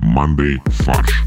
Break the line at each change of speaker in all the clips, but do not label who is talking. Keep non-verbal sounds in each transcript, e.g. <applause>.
командой «Фарш».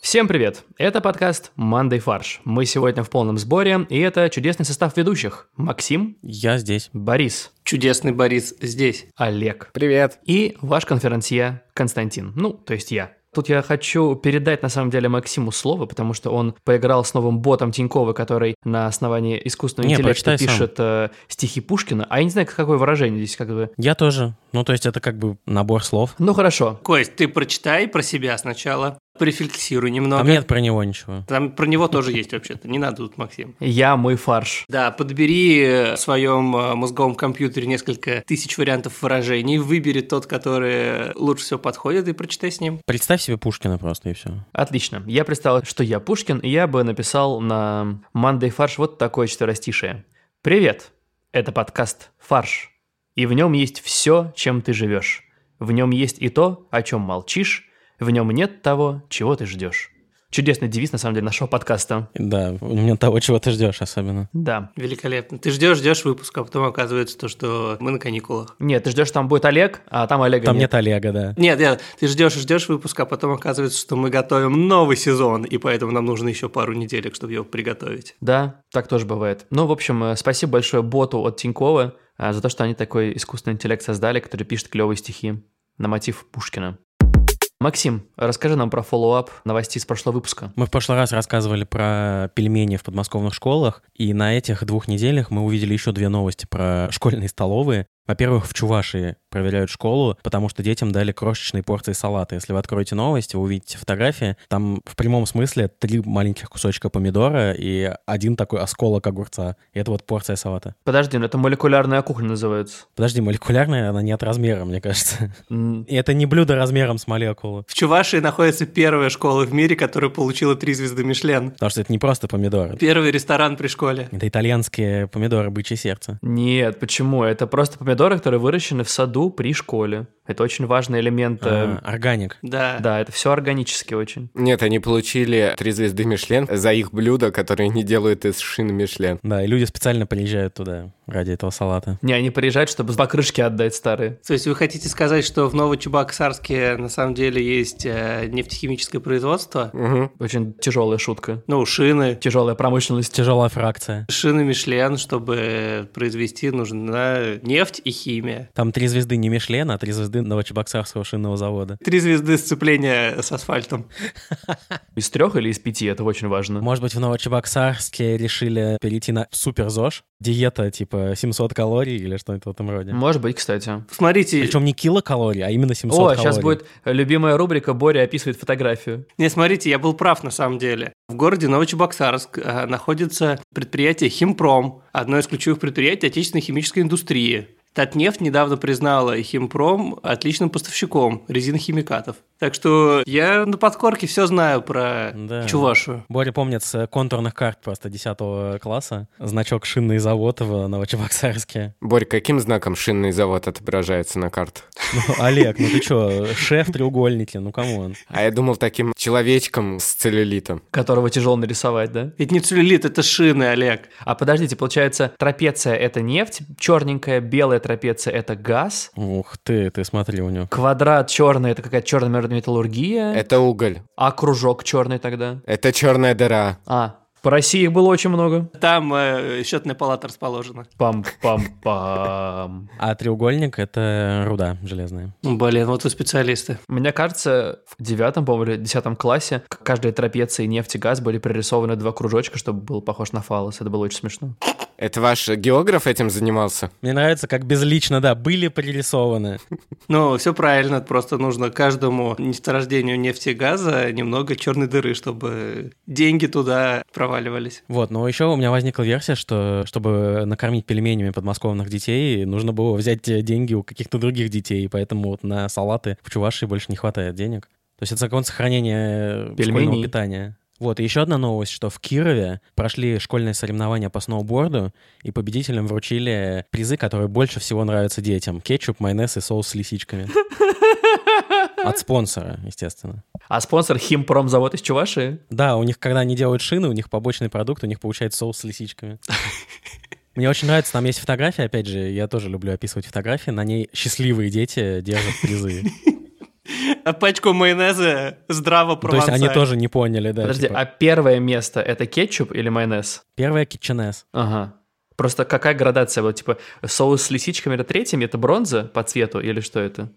Всем привет! Это подкаст «Мандай фарш». Мы сегодня в полном сборе, и это чудесный состав ведущих. Максим,
Я здесь.
Борис,
Чудесный Борис здесь.
Олег
Привет.
и ваш конферансье Константин. Ну, то есть я. Тут я хочу передать, на самом деле, Максиму слово, потому что он поиграл с новым ботом Тинькова, который на основании искусственного
Не,
интеллекта
прочитай сам.
пишет э, стихи Пушкина. А я не знаю, какое выражение здесь как бы...
Я тоже. Ну, то есть это как бы набор слов.
Ну, хорошо.
Кость, ты прочитай про себя сначала, префлексируй немного.
Там нет А про него ничего.
Там про него тоже есть вообще-то, не надо тут, Максим.
Я мой фарш.
Да, подбери э, в своем э, мозговом компьютере несколько тысяч вариантов выражений, выбери тот, который лучше всего подходит, и прочитай с ним.
Представь себе Пушкина просто и все.
Отлично. Я представил, что я Пушкин, и я бы написал на Мандай Фарш вот такое четверостишее. Привет! Это подкаст «Фарш». И в нем есть все, чем ты живешь. В нем есть и то, о чем молчишь. В нем нет того, чего ты ждешь. Чудесный девиз, на самом деле, нашего подкаста.
Да, у меня того, чего ты ждешь особенно.
Да.
Великолепно. Ты ждешь, ждешь выпуска, а потом оказывается то, что мы на каникулах.
Нет, ты ждешь, там будет Олег, а там Олега
Там нет Олега, да.
Нет, нет, ты ждешь и ждешь выпуска, а потом оказывается, что мы готовим новый сезон, и поэтому нам нужно еще пару неделек, чтобы его приготовить.
Да, так тоже бывает. Ну, в общем, э, спасибо большое боту от Тинькова э, за то, что они такой искусственный интеллект создали, который пишет клевые стихи на мотив Пушкина. Максим, расскажи нам про фоллоуап новостей с прошлого выпуска.
Мы в прошлый раз рассказывали про пельмени в подмосковных школах, и на этих двух неделях мы увидели еще две новости про школьные столовые. Во-первых, в Чувашии проверяют школу, потому что детям дали крошечные порции салата. Если вы откроете новости, вы увидите фотографии. Там в прямом смысле три маленьких кусочка помидора и один такой осколок огурца. И это вот порция салата.
Подожди, ну это молекулярная кухня называется.
Подожди, молекулярная, она не от размера, мне кажется.
М,
И это не блюдо размером с молекулу.
В Чувашии находится первая школа в мире, которая получила три звезды Мишлен.
Потому что это не просто помидоры.
Первый ресторан при школе.
Это итальянские помидоры бычье сердце.
Нет, почему? Это просто помидоры, которые выращены в саду при школе. Это очень важный элемент. э,
А, Органик.
Да.
Да, это все органически очень.
Нет, они получили три звезды Мишлен за их блюда, которые не делают из шин Мишлен.
Да, и люди специально приезжают туда ради этого салата.
Не, они приезжают, чтобы два крышки отдать старые.
То есть вы хотите сказать, что в Новочебоксарске на самом деле есть э, нефтехимическое производство?
Мгм.
Очень тяжелая шутка.
Ну, шины.
Тяжелая промышленность.
Тяжелая фракция.
Шины Мишлен, чтобы произвести, нужна нефть и химия.
Там три звезды не Мишлена, а три звезды Новочебоксарского шинного завода.
Три звезды сцепления с асфальтом.
Из трех или из пяти, это очень важно.
Может быть, в Новочебоксарске решили перейти на суперзож? Диета типа 700 калорий или что-то в этом роде.
Может быть, кстати.
Смотрите,
Причем не килокалорий, а именно 700
О,
калорий.
сейчас будет любимая рубрика «Боря описывает фотографию».
не смотрите, я был прав на самом деле. В городе Новочебоксарск э, находится предприятие Химпром, одно из ключевых предприятий отечественной химической индустрии. Татнефть недавно признала Химпром отличным поставщиком резинохимикатов. Так что я на подкорке все знаю про
Да.
Чувашу.
Боря помнит с контурных карт просто 10 класса значок шинный завод в Новочебоксарске.
Борь, каким знаком шинный завод отображается на картах?
Ну, Олег, ну ты чё, шеф в треугольнике, ну камон.
А я думал таким человечком с целлюлитом.
Которого тяжело нарисовать, да?
Ведь не целлюлит, это шины, Олег.
А подождите, получается, трапеция — это нефть, черненькая, белая трапеция — это газ,
Ух ты, ты смотри у него.
квадрат черный — это какая-то черная металлургия,
Это уголь.
а кружок черный тогда?
Это черная дыра.
А, по России их было очень много.
Там э, счетная палата расположена.
Пам-пам-пам.
А треугольник — это руда железная.
Ну, Блин, вот вы специалисты.
Мне кажется, в девятом, по-моему, или десятом классе к каждой трапеции нефть и газ были прорисованы два кружочка, чтобы был похож на фалос. Это было очень смешно.
Это ваш географ этим занимался?
Мне нравится, как безлично, да, были пририсованы.
Ну, все правильно, просто нужно каждому нефторождению нефти и газа немного черной дыры, чтобы деньги туда проваливались. <laughs>
Вот, но еще у меня возникла версия, что чтобы накормить пельменями подмосковных детей, нужно было взять те деньги у каких-то других детей, и поэтому вот на салаты в Чувашии больше не хватает денег. То есть это закон сохранения э,
Пельменей.
школьного питания. Вот, и еще одна новость, что в Кирове прошли школьные соревнования по сноуборду, и победителям вручили призы, которые больше всего нравятся детям. Кетчуп, майонез и соус с лисичками. От спонсора, естественно.
А спонсор Химпромзавод из Чувашии? <laughs>
Да, у них, когда они делают шины, у них побочный продукт, у них получается соус с лисичками. Мне очень нравится, там есть фотография, опять же, я тоже люблю описывать фотографии, на ней счастливые дети держат
<laughs>
призы. Ну,
А пачку майонеза здраво
Ну, То есть
прованса.
они тоже не поняли, да.
Подожди,
типа,
а первое место это кетчуп или майонез?
Первая китченес. <laughs>
Ага. Просто какая градация была? Типа соус с лисичками это третьим, это бронза по цвету или что это?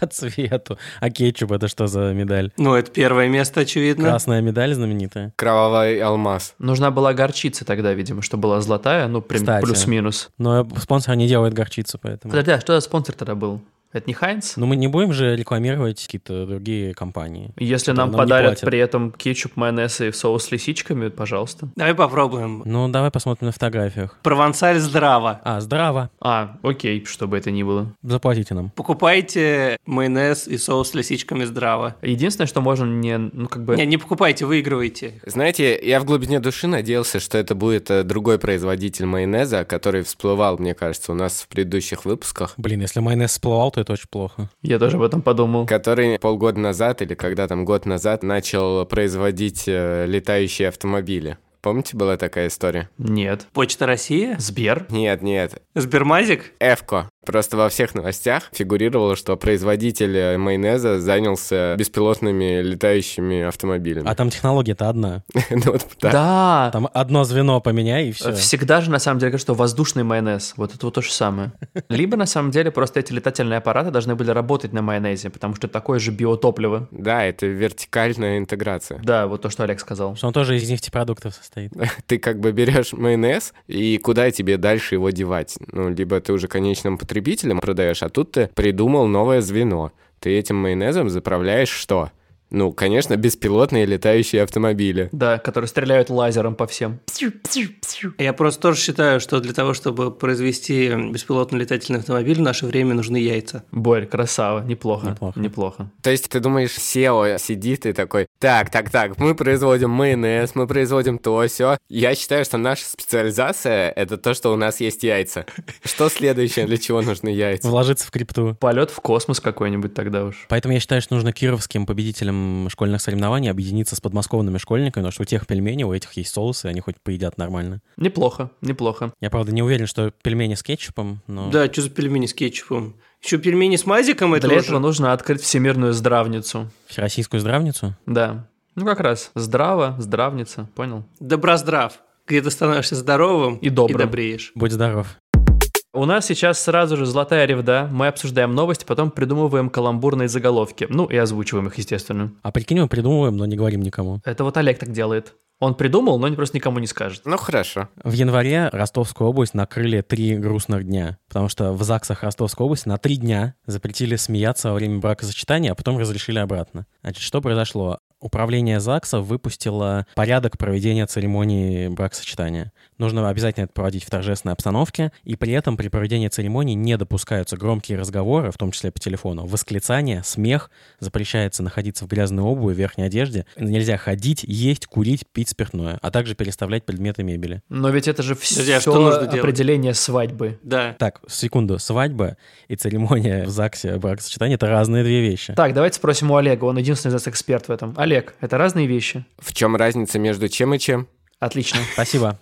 По цвету. А кетчуп это что за медаль?
Ну, это первое место, очевидно.
Красная медаль знаменитая.
Кровавый алмаз.
Нужна была горчица тогда, видимо, что была золотая, ну прям
Кстати.
плюс-минус.
Но спонсор не делает горчицу, поэтому...
Подожди, а что за спонсор тогда был? Это не Хайнц?
Но мы не будем же рекламировать какие-то другие компании.
Если
Да,
нам
нам ну, не
подарят
платят.
при этом кетчуп, майонез и соус с лисичками, пожалуйста.
Давай попробуем.
Ну, давай посмотрим на фотографиях.
Провансаль здраво.
А, здраво.
А, окей, что бы это ни было.
Заплатите нам.
Покупайте майонез и соус с лисичками здраво.
Единственное, что можно не, ну как бы...
Не, не покупайте, выигрывайте.
Знаете, я в глубине души надеялся, что это будет э, другой производитель майонеза, который всплывал, мне кажется, у нас в предыдущих выпусках,
Блин, если майонез всплывал, то это очень плохо.
Я тоже об этом подумал.
который полгода назад или когда там год назад начал производить э, летающие автомобили. Помните, была такая история?
Нет.
Почта России?
Сбер?
Нет, нет,
Сбермазик?
Эвко. Просто во всех новостях фигурировало, что производитель э, майонеза занялся беспилотными летающими автомобилями.
А там технология-то одна.
<laughs> Ну вот так.
Да. Э,
Там одно звено поменяй, и все.
Всегда же, на самом деле, говорят, что воздушный майонез. Вот это вот то же самое. Либо, на самом деле, просто эти летательные аппараты должны были работать на майонезе, потому что это такое же биотопливо.
Да, это вертикальная интеграция.
Да, вот то, что Олег сказал.
Что он тоже из нефтепродуктов состоит.
Ты как бы берешь майонез, и куда тебе дальше его девать? Ну, либо ты уже конечным потребителям продаешь, а тут ты придумал новое звено. Ты этим майонезом заправляешь что? Ну, конечно, беспилотные летающие автомобили.
Да, которые стреляют лазером по всем.
Я просто тоже считаю, что для того, чтобы произвести беспилотный летательный автомобиль, в наше время нужны яйца.
Борь, красава, неплохо, неплохо.
Неплохо.
То есть ты думаешь, SEO сидит и такой, так, так, так, мы производим майонез, мы производим то, все. Я считаю, что наша специализация — это то, что у нас есть яйца. Что следующее, для чего нужны яйца?
Вложиться в крипту.
Полет в космос какой-нибудь тогда уж.
Поэтому я считаю, что нужно кировским победителям школьных соревнований объединиться с подмосковными школьниками, потому что у тех пельмени, у этих есть соусы, они хоть поедят нормально.
Неплохо, неплохо.
Я, правда, не уверен, что пельмени с кетчупом, но...
Да, что за пельмени с кетчупом? Еще пельмени с мазиком это
Для
уже-
этого нужно открыть всемирную здравницу.
Всероссийскую здравницу?
Да. Ну как раз. Здраво, здравница, понял?
Доброздрав, где ты становишься здоровым
И добрым.
и добреешь.
Будь здоров.
У нас сейчас сразу же золотая ревда. Мы обсуждаем новости, потом придумываем каламбурные заголовки. Ну и озвучиваем их, естественно.
А прикинь, мы придумываем, но не говорим никому.
Это вот Олег так делает. Он придумал, но просто никому не скажет.
Ну хорошо.
В январе Ростовскую область накрыли три грустных дня, потому что в ЗАГСах Ростовской области на три дня запретили смеяться во время бракосочетания, а потом разрешили обратно. Значит, что произошло? Управление ЗАГСа выпустило порядок проведения церемонии бракосочетания. Нужно обязательно это проводить в торжественной обстановке, и при этом при проведении церемонии не допускаются громкие разговоры, в том числе по телефону, восклицания, смех, запрещается находиться в грязной обуви, верхней одежде, нельзя ходить, есть, курить, пить спиртное, а также переставлять предметы мебели.
Но ведь это же
Подожди,
все
а что нужно делать?
определение свадьбы.
Да.
Так, секунду, свадьба и церемония в ЗАГСе бракосочетания — это разные две вещи.
Так, давайте спросим у Олега, он единственный из нас эксперт в этом. Олег, это разные вещи?
В чем разница между чем и чем?
Отлично.
Спасибо.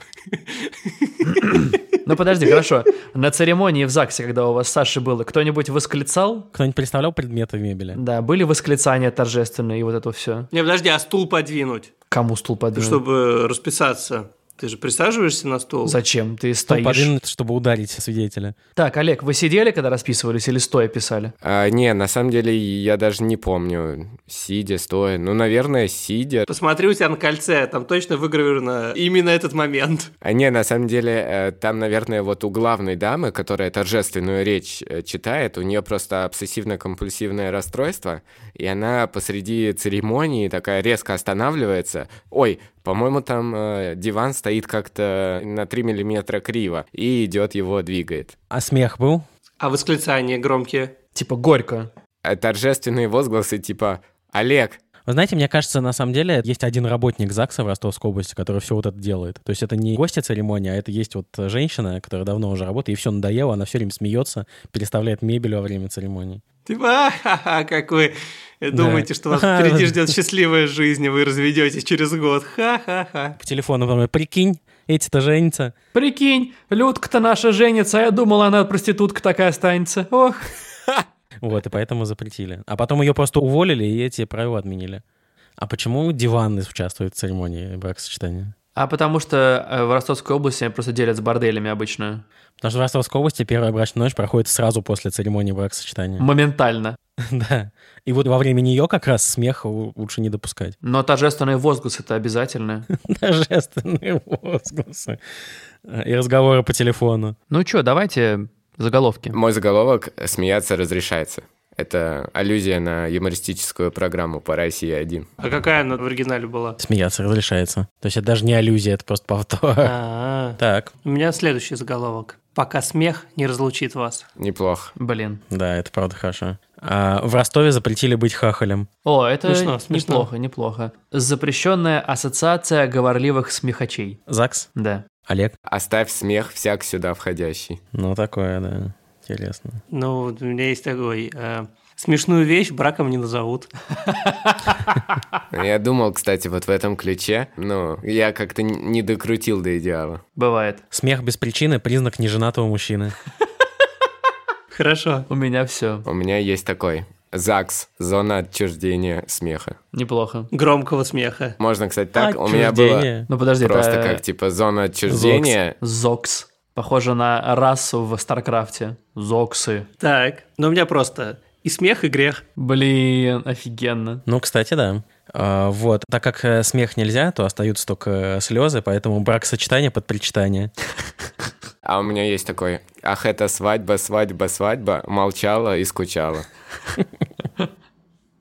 Ну подожди, хорошо. На церемонии в ЗАГСе, когда у вас Саша было, кто-нибудь восклицал?
Кто-нибудь представлял предметы в мебели?
Да, были восклицания торжественные и вот это все.
Не, подожди, а стул подвинуть,
Кому стул подвинуть?
чтобы расписаться? Ты же присаживаешься на стул?
Зачем? Ты
Стул
стоишь.
подвинут, чтобы ударить свидетеля.
Так, Олег, вы сидели, когда расписывались или стоя писали?
А, не, на самом деле я даже не помню. Сидя, стоя. Ну, наверное, сидя.
Посмотри у тебя на кольце, там точно выгравировано именно этот момент.
А не, на самом деле, э, там, наверное, вот у главной дамы, которая торжественную речь э, читает, у нее просто обсессивно-компульсивное расстройство, и она посреди церемонии такая резко останавливается. Ой, по-моему, там э, диван стоит как-то на 3 миллиметра криво, и идет его двигает.
А смех был?
А восклицания громкие?
Типа горько.
А торжественные возгласы типа «Олег,
Вы знаете, мне кажется, на самом деле, есть один работник ЗАГСа в Ростовской области, который все вот это делает. То есть это не гостья церемонии, а это есть вот женщина, которая давно уже работает, и все надоело, она все время смеется, переставляет мебель во время церемонии.
Типа, ха-ха, как вы думаете, что <laughs> вас
Ха-ха.
впереди ждет счастливая жизнь, и вы разведетесь через год. Ха-ха-ха.
По телефону, например, прикинь, эти-то женятся.
Прикинь, Людка-то наша женится, а я думала, она проститутка такая останется. Ох.
Вот, и поэтому запретили. А потом ее просто уволили, и эти правила отменили. А почему диваны участвуют в церемонии бракосочетания?
А потому что э, в Ростовской области просто делят с борделями обычно.
Потому что в Ростовской области первая брачная ночь проходит сразу после церемонии бракосочетания.
Моментально.
Да. И вот во время нее как раз смех у- лучше не допускать. <laughs>
Но торжественный возглас это обязательно.
Торжественные возгласы э, и разговоры по телефону.
<laughs> Ну чё, давайте заголовки.
Мой заголовок «Смеяться разрешается». Это аллюзия на юмористическую программу по России 1.
А какая она в оригинале была?
Смеяться разрешается. То есть это даже не аллюзия, это просто
<laughs>
повтор.
А,
Так,
У меня следующий заголовок. Пока смех не разлучит вас.
Неплохо.
Блин.
да, это правда хорошо. А в Ростове запретили быть хахалем.
О, это
Смешно, смешно.
неплохо, неплохо. Запрещенная ассоциация говорливых смехачей.
ЗАГС?
Да.
Олег?
Оставь смех всяк сюда входящий.
Ну, такое, да. Интересно.
Ну, вот у меня есть такой... э, Смешную вещь браком не назовут.
Я думал, кстати, вот в этом ключе, ну, я как-то н- не докрутил до идеала.
Бывает.
Смех без причины – признак неженатого мужчины.
Хорошо.
У меня все.
У меня есть такой ЗАГС, зона отчуждения смеха.
Неплохо.
Громкого смеха.
Можно, кстати, так. У меня было
Отчуждение.
Ну подожди,
просто
это
как, типа, зона отчуждения.
Зокс. Похоже на расу в Старкрафте. Зоксы.
Так. Ну, у меня просто и смех, и грех.
Блин, офигенно.
Ну, кстати, да. А, Вот, так как э, смех нельзя, то остаются только э, слезы, поэтому брак-сочетание под причитание.
А у меня есть такой «Ах, это свадьба, свадьба, свадьба, молчала и скучала».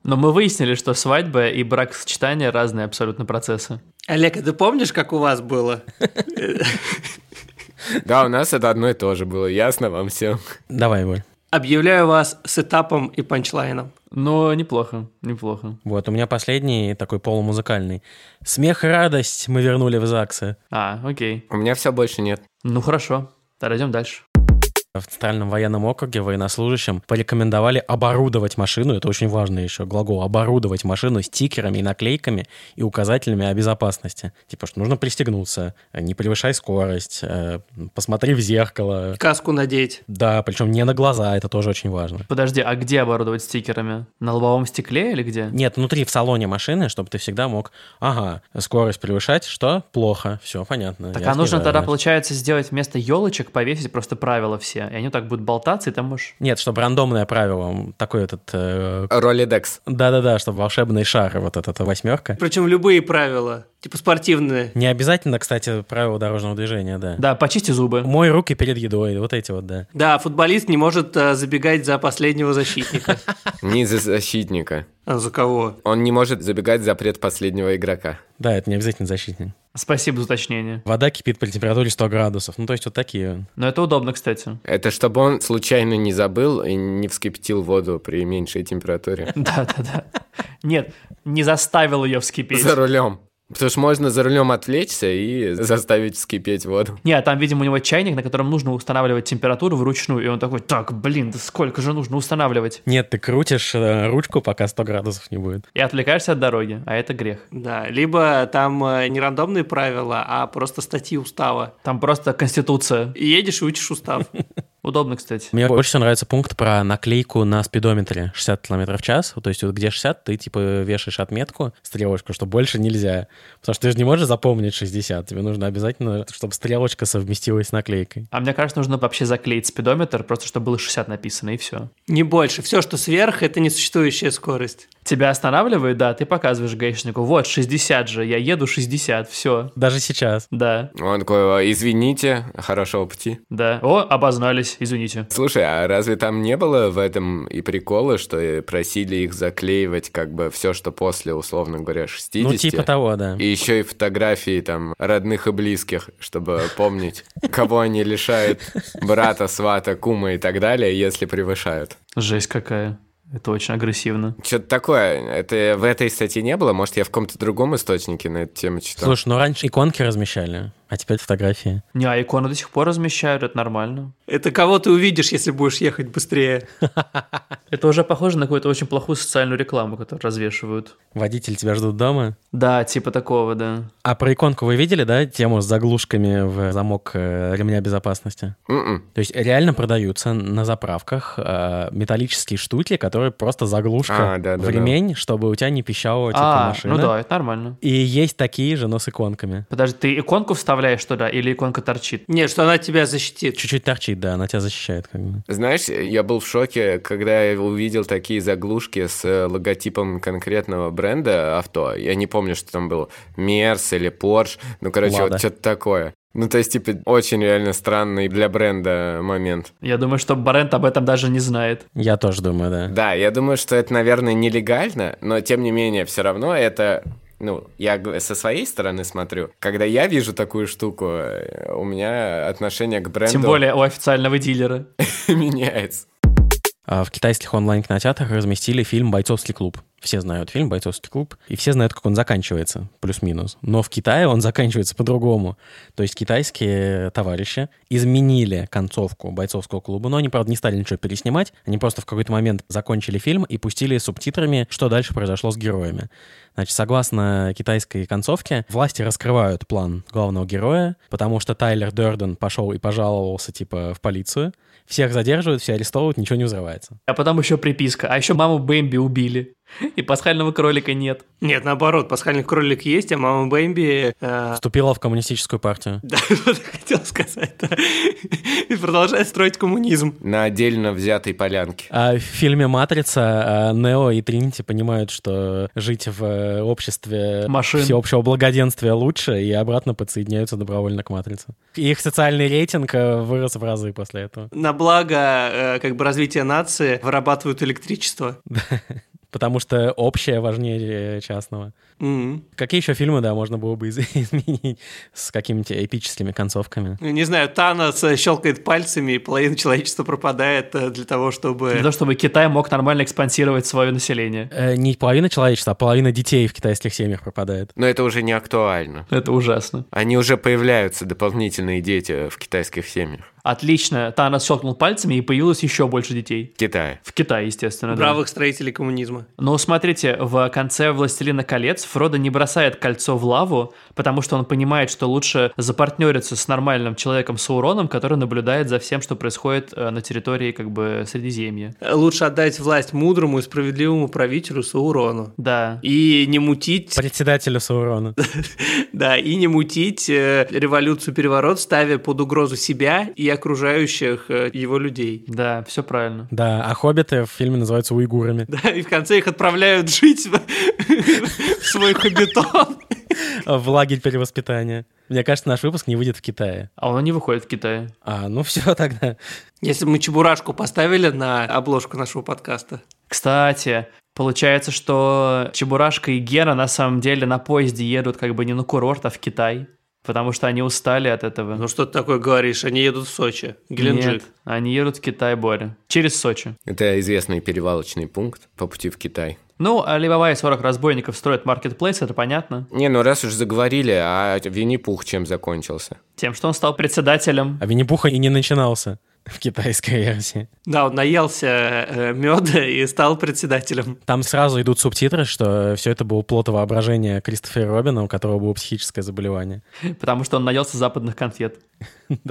Но мы выяснили, что свадьба и бракосочетание разные абсолютно процессы.
Олег, а ты помнишь, как у вас было?
Да, у нас это одно и то же было, ясно вам все.
Давай, Воль.
Объявляю вас сетапом и панчлайном.
Но неплохо, неплохо.
Вот, у меня последний такой полумузыкальный. Смех и радость мы вернули в ЗАГСы.
А, окей.
У меня все больше нет.
Ну хорошо, дойдем дальше.
В Центральном военном округе военнослужащим порекомендовали оборудовать машину, это очень важно еще, глагол «оборудовать машину» стикерами и наклейками и указателями о безопасности. Типа, что нужно пристегнуться, не превышай скорость, э, посмотри в зеркало.
Каску надеть.
Да, причем не на глаза, это тоже очень важно.
Подожди, а где оборудовать стикерами? На лобовом стекле или где?
Нет, внутри в салоне машины, чтобы ты всегда мог, ага, скорость превышать, что? Плохо, все, понятно.
Так
я
а нужно
снижаю,
тогда,
значит.
получается, сделать вместо елочек повесить просто правила все. И они вот так будут болтаться, и там можешь...
Нет, чтобы рандомное правило, м, такой этот... э,
Ролидекс.
Да-да-да, чтобы волшебный шар, вот эта восьмерка.
Причем любые правила, типа спортивные.
Не обязательно, кстати, правила дорожного движения, да.
Да, почисти зубы.
Мой руки перед едой, вот эти вот, да.
Да, футболист не может э, забегать за последнего защитника.
Не за защитника.
А за кого?
Он не может забегать в запрет последнего игрока.
Да, это не обязательно защитник.
Спасибо за уточнение.
Вода кипит при температуре 100 градусов. Ну, то есть вот такие.
Но это удобно, кстати.
Это чтобы он случайно не забыл и не вскипятил воду при меньшей температуре.
Да-да-да. Нет, не заставил ее вскипеть.
За рулем. Потому что можно за рулем отвлечься и заставить вскипеть воду.
Не, а там, видимо, у него чайник, на котором нужно устанавливать температуру вручную, и он такой, так, блин, да сколько же нужно устанавливать?
Нет, ты крутишь э, ручку, пока 100 градусов не будет.
И отвлекаешься от дороги, а это грех.
Да, либо там э, не рандомные правила, а просто статьи устава.
Там просто конституция.
И Едешь и учишь устав.
Удобно, кстати.
Мне больше всего нравится пункт про наклейку на спидометре 60 км в час. То есть вот где 60, ты типа вешаешь отметку, стрелочку, что больше нельзя. Потому что ты же не можешь запомнить 60. Тебе нужно обязательно, чтобы стрелочка совместилась с наклейкой.
А мне кажется, нужно вообще заклеить спидометр, просто чтобы было 60 написано, и все.
<laughs> Не больше. Все, что сверх, это несуществующая скорость.
Тебя останавливают, да, ты показываешь гаишнику, вот, 60 же, я еду 60, все.
Даже сейчас.
Да,
Он такой, «О, извините, хорошего пути.
да. О, обознались, извините.
Слушай, а разве там не было в этом и прикола, что э, просили их заклеивать как бы все, что после, условно говоря, 60?
Ну, типа того, да.
И еще и фотографии там родных и близких, чтобы помнить, кого они лишают, брата, свата, кума и так далее, если превышают.
Жесть какая. Это очень агрессивно.
Что-то такое, это в этой статье не было, может, я в каком-то другом источнике на эту тему читал.
Слушай, ну раньше иконки размещали, а теперь фотографии.
Не, а иконы до сих пор размещают, это нормально.
Это кого ты увидишь, если будешь ехать быстрее.
Это уже похоже на какую-то очень плохую социальную рекламу, которую развешивают.
Водитель тебя ждут дома.
Да, типа такого, да.
А про иконку вы видели, да, тему с заглушками в замок э, ремня безопасности?
М-м.
То есть реально продаются на заправках э, металлические штуки, которые просто заглушка
А, да, да,
в
да.
ремень, чтобы у тебя не пищала типа
а,
машина.
ну да, это нормально.
И есть такие же, но с иконками.
Подожди, ты иконку вставляешь туда или иконка торчит?
Нет, что она тебя защитит.
Чуть-чуть торчит, да, она тебя защищает как бы.
Знаешь, я был в шоке, когда я увидел такие заглушки с э, логотипом конкретного бренда авто. Я не помню, что там был. Мерс или Порш. Ну, короче,
Лада.
вот что-то такое. Ну, то есть, типа, очень реально странный для бренда момент.
Я думаю, что Барент об этом даже не знает.
Я тоже думаю, да.
Да, я думаю, что это, наверное, нелегально, но тем не менее, все равно это. Ну, я г- со своей стороны смотрю. Когда я вижу такую штуку, э, у меня отношение к бренду
Тем более у официального дилера.
<laughs> меняется.
А В китайских онлайн-кинотеатрах разместили фильм «Бойцовский клуб». Все знают фильм «Бойцовский клуб», и все знают, как он заканчивается, плюс-минус. Но в Китае он заканчивается по-другому. То есть китайские товарищи изменили концовку «Бойцовского клуба», но они, правда, не стали ничего переснимать. Они просто в какой-то момент закончили фильм и пустили субтитрами, что дальше произошло с героями. Значит, согласно китайской концовке, власти раскрывают план главного героя, потому что Тайлер Дерден пошел и пожаловался, типа, в полицию. Всех задерживают, все арестовывают, ничего не взрывается.
А потом еще приписка. А еще маму Бэмби убили. И пасхального кролика нет.
Нет, наоборот, пасхальный кролик есть, а мама Бэмби... э, <laughs>
Вступила в коммунистическую партию.
Да, вот я хотел сказать. да. <laughs> И продолжает строить коммунизм.
На отдельно взятой полянке.
А в фильме «Матрица» а, Нео и Тринити понимают, что жить в э, обществе
Машин.
всеобщего благоденствия лучше, и обратно подсоединяются добровольно к «Матрице». Их социальный рейтинг э, вырос в разы после этого.
На благо э, как бы развития нации вырабатывают электричество.
Потому что общее важнее э, частного.
М.
Какие еще фильмы, да, можно было бы из- <laughs> изменить с какими-то эпическими концовками?
Ну, Не знаю, Танос э, щелкает пальцами, и половина человечества пропадает э, для того,
Для
чтобы...
того, чтобы Китай мог нормально экспансировать свое население.
Э, Не половина человечества, а половина детей в китайских семьях пропадает.
Но это уже не актуально.
Это ужасно.
Они уже появляются, дополнительные дети э, в китайских семьях.
Отлично. Танос щелкнул пальцами, и появилось еще больше детей.
В Китае.
В Китае, естественно. да.
Бравых строителей коммунизма.
Но смотрите, в конце «Властелина колец» Фродо не бросает кольцо в лаву, потому что он понимает, что лучше запартнериться с нормальным человеком Сауроном, который наблюдает за всем, что происходит э, на территории как бы Средиземья.
Э, Лучше отдать власть мудрому и справедливому правителю Саурону.
Да.
И не мутить,
Председателя Саурона.
да, и не мутить э, революцию-переворот, ставя под угрозу себя и окружающих э, его людей. <laughs>
Да, все правильно.
Да, а хоббиты в фильме называются уйгурами.
Да, и в конце их отправляют жить в <laughs> в свой хабитон.
Э, В лагерь перевоспитания. Мне кажется, наш выпуск не выйдет в Китае.
А он не выходит в Китае.
А, ну <laughs> все тогда.
Если бы мы чебурашку поставили на обложку нашего подкаста.
Кстати, получается, что Чебурашка и Гера на самом деле на поезде едут как бы не на курорт, а в Китай, потому что они устали от этого.
Ну что ты такое говоришь? Они едут в Сочи, Геленджик.
Нет, они едут в Китай, Боря. Через Сочи.
Это известный перевалочный пункт по пути в Китай.
Ну, а Либава и 40 разбойников строят маркетплейс, это понятно.
Не, ну раз уж заговорили, а Винни-Пух чем закончился?
Тем, что он стал председателем. <laughs>
А Винни-Пуха и не начинался в китайской версии.
Да, он <laughs> наелся меда и стал председателем.
Там сразу идут субтитры, что все это было плод воображения Кристофера Робина, у которого было психическое заболевание.
Потому что он наелся западных конфет.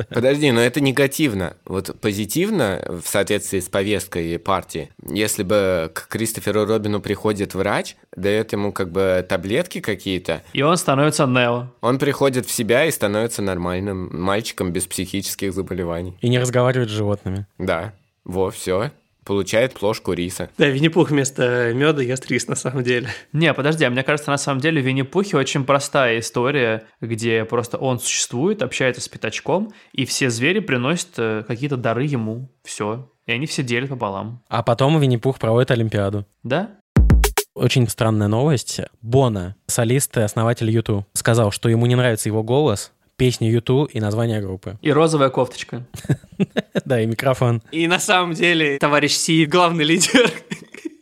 Подожди, но это негативно. Вот позитивно, в соответствии с повесткой партии, если бы к Кристоферу Робину приходит врач, дает ему как бы таблетки какие-то,
И он становится Нео.
он приходит в себя и становится нормальным мальчиком без психических заболеваний.
И не разговаривать с животными.
Да, во, все. Получает плошку риса.
Да, Винни-Пух вместо меда ест рис на самом деле.
Не, подожди, а мне кажется, на самом деле в Винни-Пухе очень простая история, где просто он существует, общается с пятачком, и все звери приносят э, какие-то дары ему. Все. И они все делят пополам.
А потом Винни-Пух проводит Олимпиаду.
Да?
Очень странная новость. Бона, солист и основатель Юту, сказал, что ему не нравится его голос, песни Юту и название группы. <laughs>
И розовая кофточка.
Да, и микрофон.
И на самом деле товарищ Си главный лидер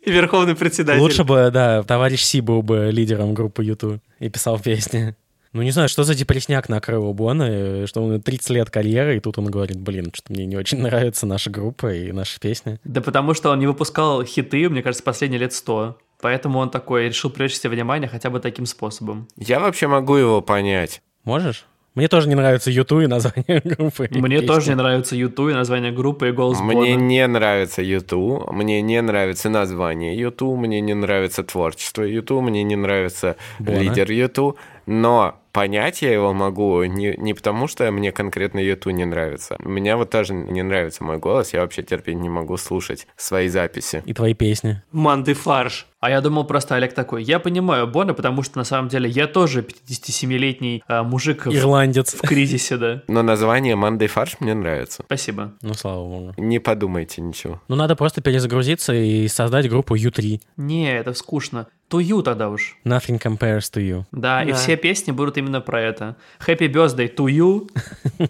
и верховный председатель.
Лучше бы, да, товарищ Си был бы лидером группы Юту и писал песни. Ну, не знаю, что за депресняк накрыл Бона, э, что он 30 лет карьеры, и тут он говорит, блин, что мне не очень <laughs> нравится наша группа и наши песни.
Да потому что он не выпускал хиты, мне кажется, последние лет сто. Поэтому он такой решил привлечь себе внимание хотя бы таким способом.
Я вообще могу его понять.
Можешь? Мне тоже не нравится Юту и название <laughs> группы. и
Мне
песни.
тоже не нравится Юту и название группы и голос
Мне
Бона.
не нравится Юту, мне не нравится название Юту, мне не нравится творчество Юту, мне не нравится
Бона.
лидер Юту, но понять я его могу не, не потому, что мне конкретно Юту не нравится. Мне вот тоже не нравится мой голос, я вообще терпеть не могу слушать свои записи.
И твои песни.
Манды фарш.
А я думал просто Олег такой, я понимаю Бона, потому что на самом деле я тоже 57-летний а, мужик в-
Ирландец.
в <laughs> кризисе, да.
Но название Мандай Фарш мне нравится.
Спасибо.
Ну, слава богу.
Не подумайте ничего.
Ну, надо просто перезагрузиться и создать группу U3.
Не, это скучно. Тую тогда уж.
Nothing compares to you.
Да, и
Да.
все песни будут именно про это. Happy birthday to you.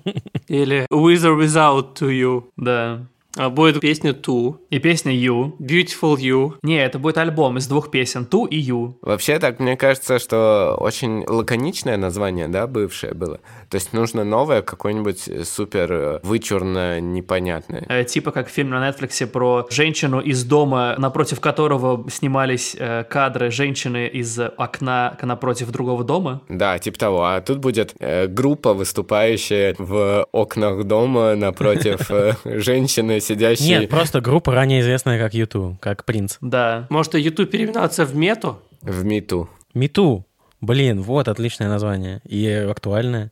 Или With or Without To You.
Да.
А будет песня To,
И песня You.
Beautiful You.
Не, это будет альбом из двух песен To и You.
Вообще так, мне кажется, что очень лаконичное название, да, бывшее было. То есть нужно новое, какое-нибудь э, супер э, вычурно непонятное.
Э, типа как фильм на Netflix про женщину из дома, напротив которого снимались э, кадры женщины из окна к- напротив другого дома.
Да, типа того. А тут будет э, группа, выступающая в окнах дома напротив э, женщины, сидящей
Нет, просто группа, ранее известная как U2, как Принц.
Да.
Может, YouTube переименоваться в Мету?
в МИТУ.
Мету. Блин, вот отличное название. И актуальное.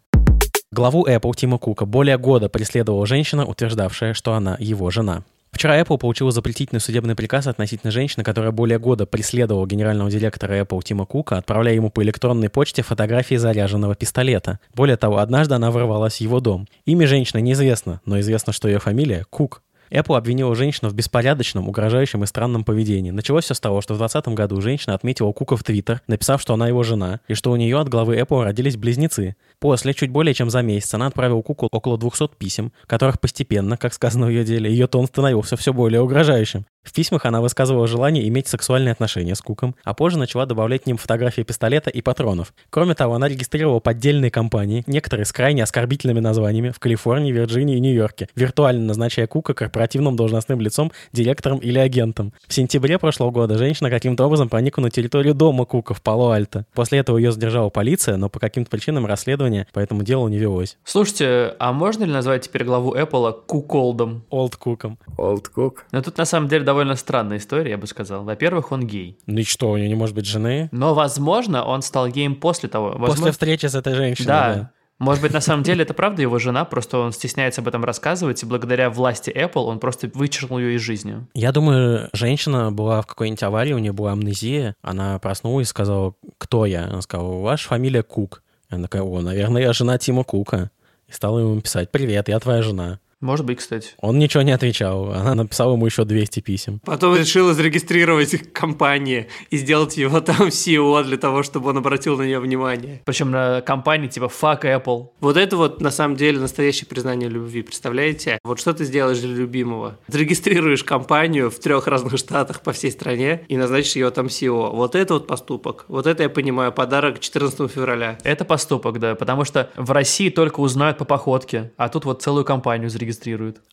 Главу Apple Тима Кука более года преследовала женщина, утверждавшая, что она его жена. Вчера Apple получила запретительный судебный приказ относительно женщины, которая более года преследовала генерального директора Apple Тима Кука, отправляя ему по электронной почте фотографии заряженного пистолета. Более того, однажды она ворвалась в его дом. Имя женщины неизвестно, но известно, что ее фамилия Кук. Apple обвинила женщину в беспорядочном, угрожающем и странном поведении. Началось все с того, что в 2020 году женщина отметила Кука в Твиттер, написав, что она его жена, и что у нее от главы Apple родились близнецы. После, чуть более чем за месяц, она отправила Куку около 200 писем, в которых постепенно, как сказано в ее деле, ее тон становился все более угрожающим. В письмах она высказывала желание иметь сексуальные отношения с Куком, а позже начала добавлять к ним фотографии пистолета и патронов. Кроме того, она регистрировала поддельные компании, некоторые с крайне оскорбительными названиями, в Калифорнии, Вирджинии и Нью-Йорке, виртуально назначая Кука корпоративным должностным лицом, директором или агентом. В сентябре прошлого года женщина каким-то образом проникла на территорию дома Кука в Пало-Альто. После этого ее задержала полиция, но по каким-то причинам расследование по этому делу не велось.
Слушайте, а можно ли назвать теперь главу Apple куколдом?
Олд Куком.
Олд Кук.
Но тут на самом деле довольно странная история, я бы сказал. Во-первых, он гей.
Ну и что, у нее не может быть жены?
Но, возможно, он стал геем после того.
После
Возможно-
встречи с этой женщиной.
Да.
да.
Может быть, на самом деле это правда его жена, просто он стесняется об этом рассказывать, и благодаря власти Apple он просто вычеркнул ее из жизни.
Я думаю, женщина была в какой-нибудь аварии, у нее была амнезия. Она проснулась и сказала, кто я? Она сказала, ваша фамилия Кук. Она такая, о, наверное, я жена Тима Кука. И стала ему писать, привет, я твоя жена.
Может быть, кстати.
Он ничего не отвечал. Она написала ему еще 200 писем.
Потом решила зарегистрировать <laughs> их компании и сделать его там <laughs> CEO для того, чтобы он обратил на нее внимание.
Причем на компании типа «Fuck Apple».
Вот это вот на самом деле настоящее признание любви, представляете? Вот что ты сделаешь для любимого? Зарегистрируешь компанию в трех разных штатах по всей стране и назначишь ее там CEO. Вот это вот поступок. Вот это я понимаю, подарок 14 февраля.
Это поступок, да, потому что в России только узнают по походке, а тут вот целую компанию зарегистрируют.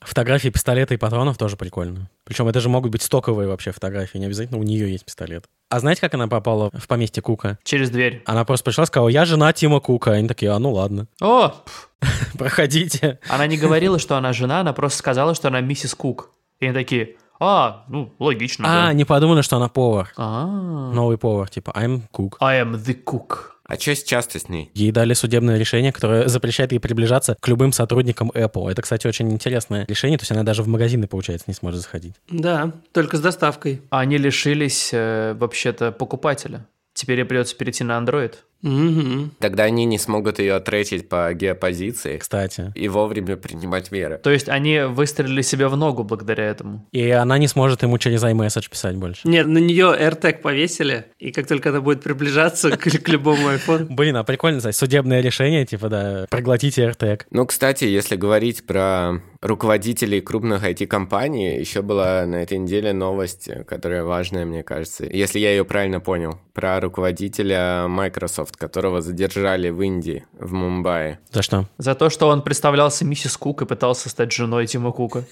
Фотографии пистолета и патронов тоже прикольно. Причем это же могут быть стоковые вообще фотографии, не обязательно у нее есть пистолет. А знаете, как она попала в поместье Кука?
Через дверь.
Она просто пришла и сказала, я жена Тима Кука. Они такие, а ну ладно, <laughs>
О, пф,
проходите.
она не говорила, что она жена, она просто сказала, что она миссис Кук. И они такие, а, ну, логично,
А,
да».
не подумали, что она повар.
А,
Новый повар, типа, I'm cook.
I am the cook.
А что сейчас-то с ней?
Ей дали судебное решение, которое запрещает ей приближаться к любым сотрудникам Apple. Это, кстати, очень интересное решение, то есть она даже в магазины, получается, не сможет заходить.
Да, только с доставкой.
Они лишились, э, вообще-то, покупателя. Теперь ей придется перейти на Android.
Мгм.
Тогда они не смогут ее тречить по геопозиции
Кстати.
и вовремя принимать меры.
То есть они выстрелили себе в ногу благодаря этому.
И она не сможет ему через iMessage писать больше.
Нет, на нее AirTag повесили, и как только она будет приближаться к, к любому iPhone,
Блин, а прикольно, кстати, судебное решение, типа, да, проглотите AirTag.
Ну, кстати, если говорить про руководителей крупных IT-компаний. Еще была на этой неделе новость, которая важная, мне кажется, если я ее правильно понял, про руководителя Microsoft, которого задержали в Индии, в Мумбаи.
За что?
За то, что он представлялся миссис Кук и пытался стать женой Тима Кука.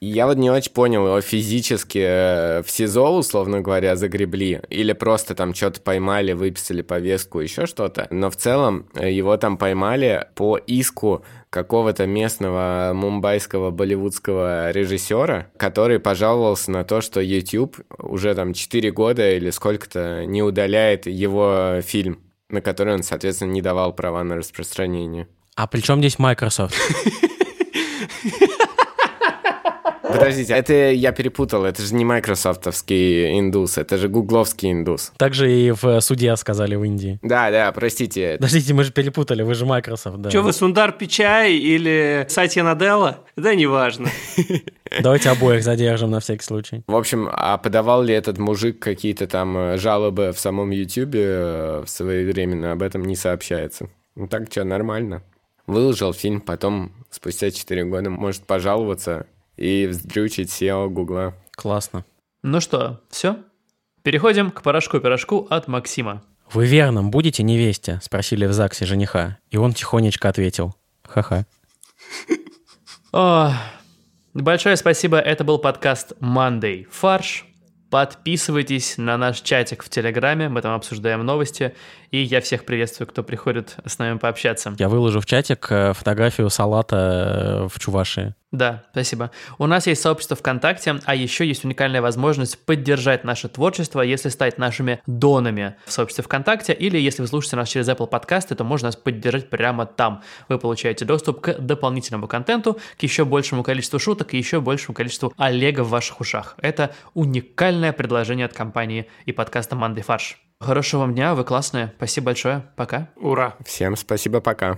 Я вот не очень понял, его физически э, в СИЗО, условно говоря, загребли, или просто там что-то поймали, выписали повестку, еще что-то. Но в целом э, его там поймали по иску какого-то местного мумбайского болливудского режиссера, который пожаловался на то, что YouTube уже там 4 года или сколько-то не удаляет его фильм, на который он, соответственно, не давал права на распространение.
А при чем здесь Microsoft? <laughs>
Подождите, это я перепутал, это же не майкрософтовский индус, это же гугловский индус.
Также и в суде сказали в Индии.
Да, да, простите.
Подождите, мы же перепутали, вы же Microsoft, да.
Че вы, Сундар Пичай или Сатья Наделла? Да неважно.
Давайте обоих задержим на всякий случай.
В общем, а подавал ли этот мужик какие-то там э, жалобы в самом Ютьюбе э, своевременно, об этом не сообщается. Ну так что, нормально. Выложил фильм, потом спустя 4 года может пожаловаться, и вздрючить SEO Гугла.
Классно.
Ну что, все? Переходим к порошку-пирожку от Максима.
«Вы верным будете невесте?» — спросили в ЗАГСе жениха, и он тихонечко ответил. Ха-ха.
О, большое спасибо, это был подкаст Monday Фарш. Подписывайтесь на наш чатик в Телеграме, мы там обсуждаем новости, и я всех приветствую, кто приходит с нами пообщаться.
Я выложу в чатик э, фотографию салата э, в Чувашии.
Да, спасибо. У нас есть сообщество ВКонтакте, а еще есть уникальная возможность поддержать наше творчество, если стать нашими донами в сообществе ВКонтакте, или если вы слушаете нас через Apple подкасты, то можно нас поддержать прямо там. Вы получаете доступ к дополнительному контенту, к еще большему количеству шуток и еще большему количеству Олега в ваших ушах. Это уникальное предложение от компании и подкаста «Манды фарш». Хорошего вам дня, вы классные. Спасибо большое. Пока.
Ура.
Всем спасибо, пока.